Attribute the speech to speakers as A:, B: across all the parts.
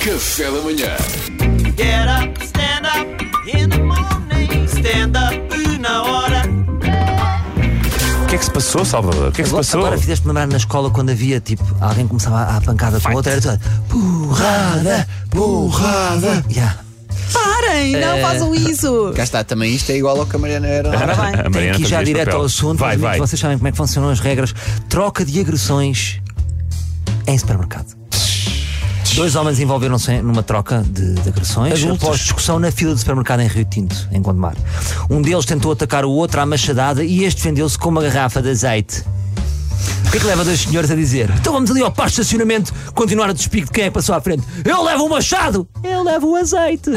A: Café da manhã.
B: Get up, stand up in the morning. Stand up na hora.
C: O que é que se passou, Salvador? O que é que se
D: Agora,
C: passou?
D: agora fizeste-me lembrar na escola quando havia, tipo, alguém começava a, a pancada com outra, era toda, porrada, porrada. Yeah. É.
E: Parem, não façam isso.
F: Cá está, também isto é igual ao que a Mariana era. lá.
D: Ora bem,
C: A
D: tenho
C: Mariana
D: que ir
C: fazia
D: já
C: este
D: direto
C: papel.
D: ao assunto,
C: Vai,
D: os amigos,
C: vai.
D: vocês sabem como é que funcionam as regras. Troca de agressões em supermercado. Dois homens envolveram-se em- numa troca de, de agressões após discussão na fila de supermercado em Rio Tinto, em Gondomar. Um deles tentou atacar o outro à machadada e este defendeu-se com uma garrafa de azeite. O que é que leva dois senhores a dizer? Então vamos ali ao par de estacionamento continuar a despir de quem é que passou à frente. Eu levo o machado! Eu levo o azeite!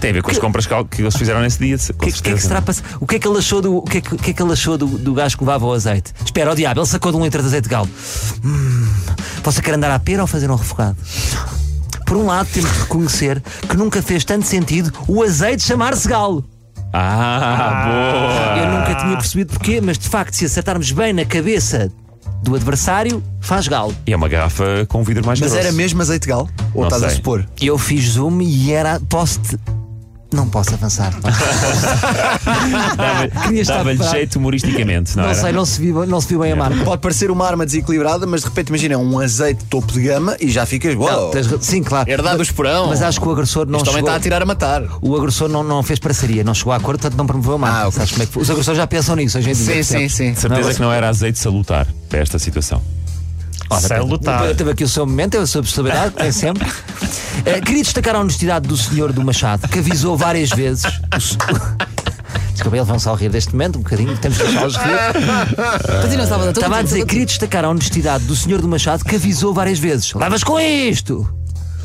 C: Tem a ver com as compras que, que eles fizeram nesse dia.
D: O Ah, que, é que- o que é que será pass- O que é que ele achou do, o que é que, o que é que ele achou do, do gajo que levava o azeite? Espera, o diabo, ele sacou de um litro de azeite de galo. Hum, você quer andar à pera ou fazer um refogado? Por um lado, temos de reconhecer que nunca fez tanto sentido o azeite chamar-se galo.
C: Ah, boa!
D: Eu nunca tinha percebido porquê, mas de facto, se acertarmos bem na cabeça do adversário, faz galo.
C: E é uma garrafa com vidro mais
F: Mas
C: grosso.
F: era mesmo azeite de galo? Ou
C: Não
F: estás a
C: sei.
F: supor?
D: Eu fiz zoom e era. Posso-te. Não posso avançar. Queria estar
C: Dava-lhe
D: preparado.
C: jeito humoristicamente, não,
D: Não
C: era?
D: sei, não se viu, não se viu bem a marca.
F: Pode parecer uma arma desequilibrada, mas de repente imagina um azeite topo de gama e já ficas.
D: Não,
F: Uau!
D: tens ra- Sim, claro.
F: Herdado do esporão.
D: Mas acho que o agressor não
F: Isto também
D: chegou-
F: está a tirar a matar.
D: O agressor não, não fez parceria, não chegou a acordo, portanto não promoveu a marca.
F: Ah, ok.
D: Sabes como é que foi? Os agressores já pensam nisso hoje em dia. percebes?
F: sim.
C: De certeza que não era azeite salutar para esta situação. é
D: Salutar. Eu teve aqui o seu momento, é a sua personalidade, que tem sempre. Eh, queria destacar a honestidade do senhor do Machado, que avisou várias vezes. os- Desculpa, eles vão só rir deste momento, um bocadinho, temos que deixá-los rir.
E: Continua, Salvador.
D: Estava a dizer, queria destacar a honestidade do senhor do Machado, que avisou várias vezes: levas com isto!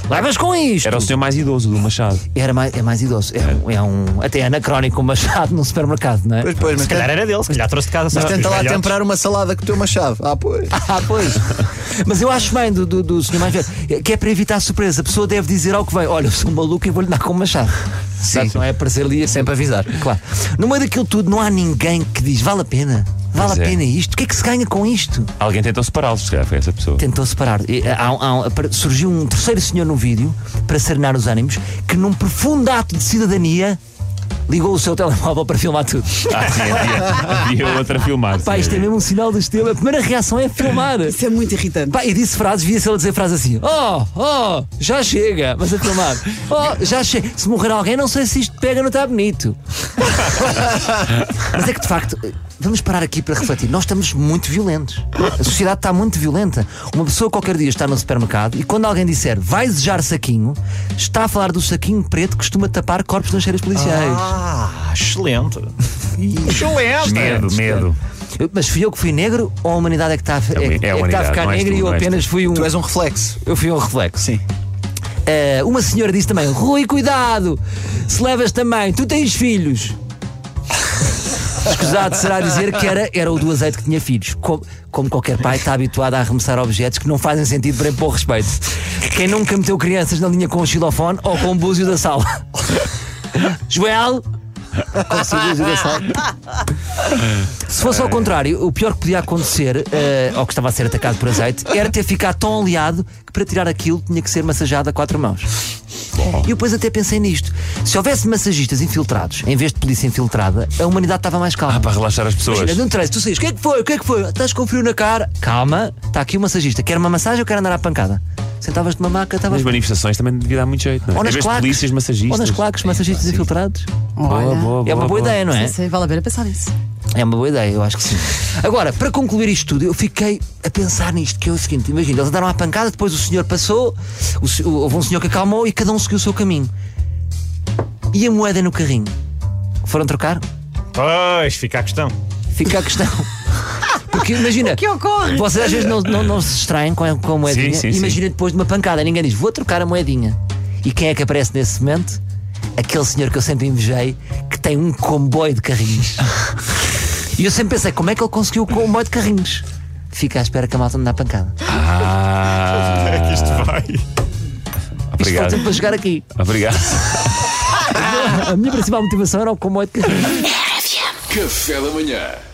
D: Levas com isto!
C: Era o senhor mais idoso do Machado.
D: Era mais, é mais idoso. É, um- é um. Até anacrónico o Machado num supermercado, não é?
F: Pois, pois, mas,
G: Se calhar
F: tenta,
G: era dele, se calhar trouxe de casa.
F: mas
G: só
F: tenta
G: os
F: lá
G: velhotes.
F: temperar uma salada com o teu machado. Ah, pois.
D: Ah, pois. Mas eu acho bem do, do, do senhor mais velho, que é para evitar a surpresa. A pessoa deve dizer ao que vem: olha, eu sou um maluco e vou-lhe dar com um machado. Sim. Não é aparecer ali sempre avisar. Claro. No meio daquilo tudo, não há ninguém que diz: vale a pena, vale
C: Pois
D: a
C: é.
D: pena isto. O que é que se ganha com isto?
C: Alguém tentou separá-los, se calhar foi essa pessoa.
D: Tentou separar. E, eh, há- há- apare- surgiu um terceiro senhor no vídeo para serenar os ânimos que, num profundo ato de cidadania, ligou o seu telemóvel para filmar tudo.
C: Ah, sim, havia, havia outra a filmar.
D: Pá,
C: sim,
D: isto é
C: havia.
D: mesmo um sinal do estilo. A primeira reação é filmar.
E: Isso é muito irritante.
D: Pá, e disse frases, via-se ele dizer frases assim: Oh, oh, já chega, mas a filmar. Oh, já chega. Se morrer alguém, não sei se isto pega, não está bonito. mas é que de facto, vamos parar aqui para refletir. Nós estamos muito violentos. A sociedade está muito violenta. Uma pessoa qualquer dia está no supermercado e quando alguém disser vai desejar saquinho, está a falar do saquinho preto que costuma tapar corpos nas cheiras policiais.
G: Ah, excelente. excelente.
C: Medo, medo.
D: Eu- Mas fui eu que fui negro ou a humanidade é que está a, é,
C: É a
D: é que está a
C: humanidade,
D: ficar
C: não és
D: negra
C: tu,
D: e eu
C: não és
D: apenas fui um.
F: Tu és um reflexo.
D: Eu fui um reflexo.
F: Sim.
D: Eh, uma senhora disse também: Rui, cuidado! Se levas também, tu tens filhos. Escusado será dizer que era, era o do azeite que tinha filhos. Com- Como, qualquer pai está habituado a arremessar objetos que não fazem sentido para impor respeito. Quem nunca meteu crianças na linha com o xilofone ou com o búzio da sala? Joel! Com o seu búzio da sala. Se fosse ao contrário, o pior que podia acontecer eh, ao que estava a ser atacado por azeite era ter ficado tão oleado que para tirar aquilo tinha que ser massajado a quatro mãos. E eu depois até pensei nisto. Se houvesse massagistas infiltrados, em vez de polícia infiltrada, a humanidade estava mais calma.
C: Ah, para relaxar as pessoas.
D: Imagina, num trânsito, tu saís, o que é que foi? O que é que foi? Estás com frio na cara? Calma, está aqui o massagista. Quer uma massagem ou quer andar à pancada? Sentavas-te numa maca, estavas.
C: Nas manifestações também devia dar muito jeito, não é?
D: Ou
C: Em
D: nas
C: vez de
D: claques.
C: polícias, massagistas.
D: Ou nas claques, massagistas infiltrados.
C: Boa, boa, boa,
D: é uma boa, ideia, não é?
E: Não sei, vale a pena pensar nisso.
D: É uma boa ideia, eu acho que sim. Agora, para concluir isto tudo, eu fiquei a pensar nisto, que é o seguinte: imagina, eles andaram à pancada, depois o senhor passou, o se- houve um senhor que acalmou e cada um seguiu o seu caminho. E a moeda no carrinho? Foram trocar?
G: Pois, fica a questão.
D: Fica a questão. Porque imagina.
E: que ocorre?
D: Vocês às vezes não, não- não se distraem com a, com a moedinha.
C: sim, sim.
D: imagina depois de uma pancada, ninguém diz, vou trocar a moedinha. E quem é que aparece nesse momento? Aquele senhor que eu sempre invejei, que tem um comboio de carrinhos. e eu sempre pensei, como é que ele conseguiu o comboio de carrinhos? Fica à espera que a malta me dá a pancada.
C: Ah, é que isto vai.
D: Isto foi
C: Obrigado.
D: tempo para chegar aqui.
C: Obrigado.
E: Ah,
D: A minha principal motivação era o comboio de carrinhos.
A: Café da manhã.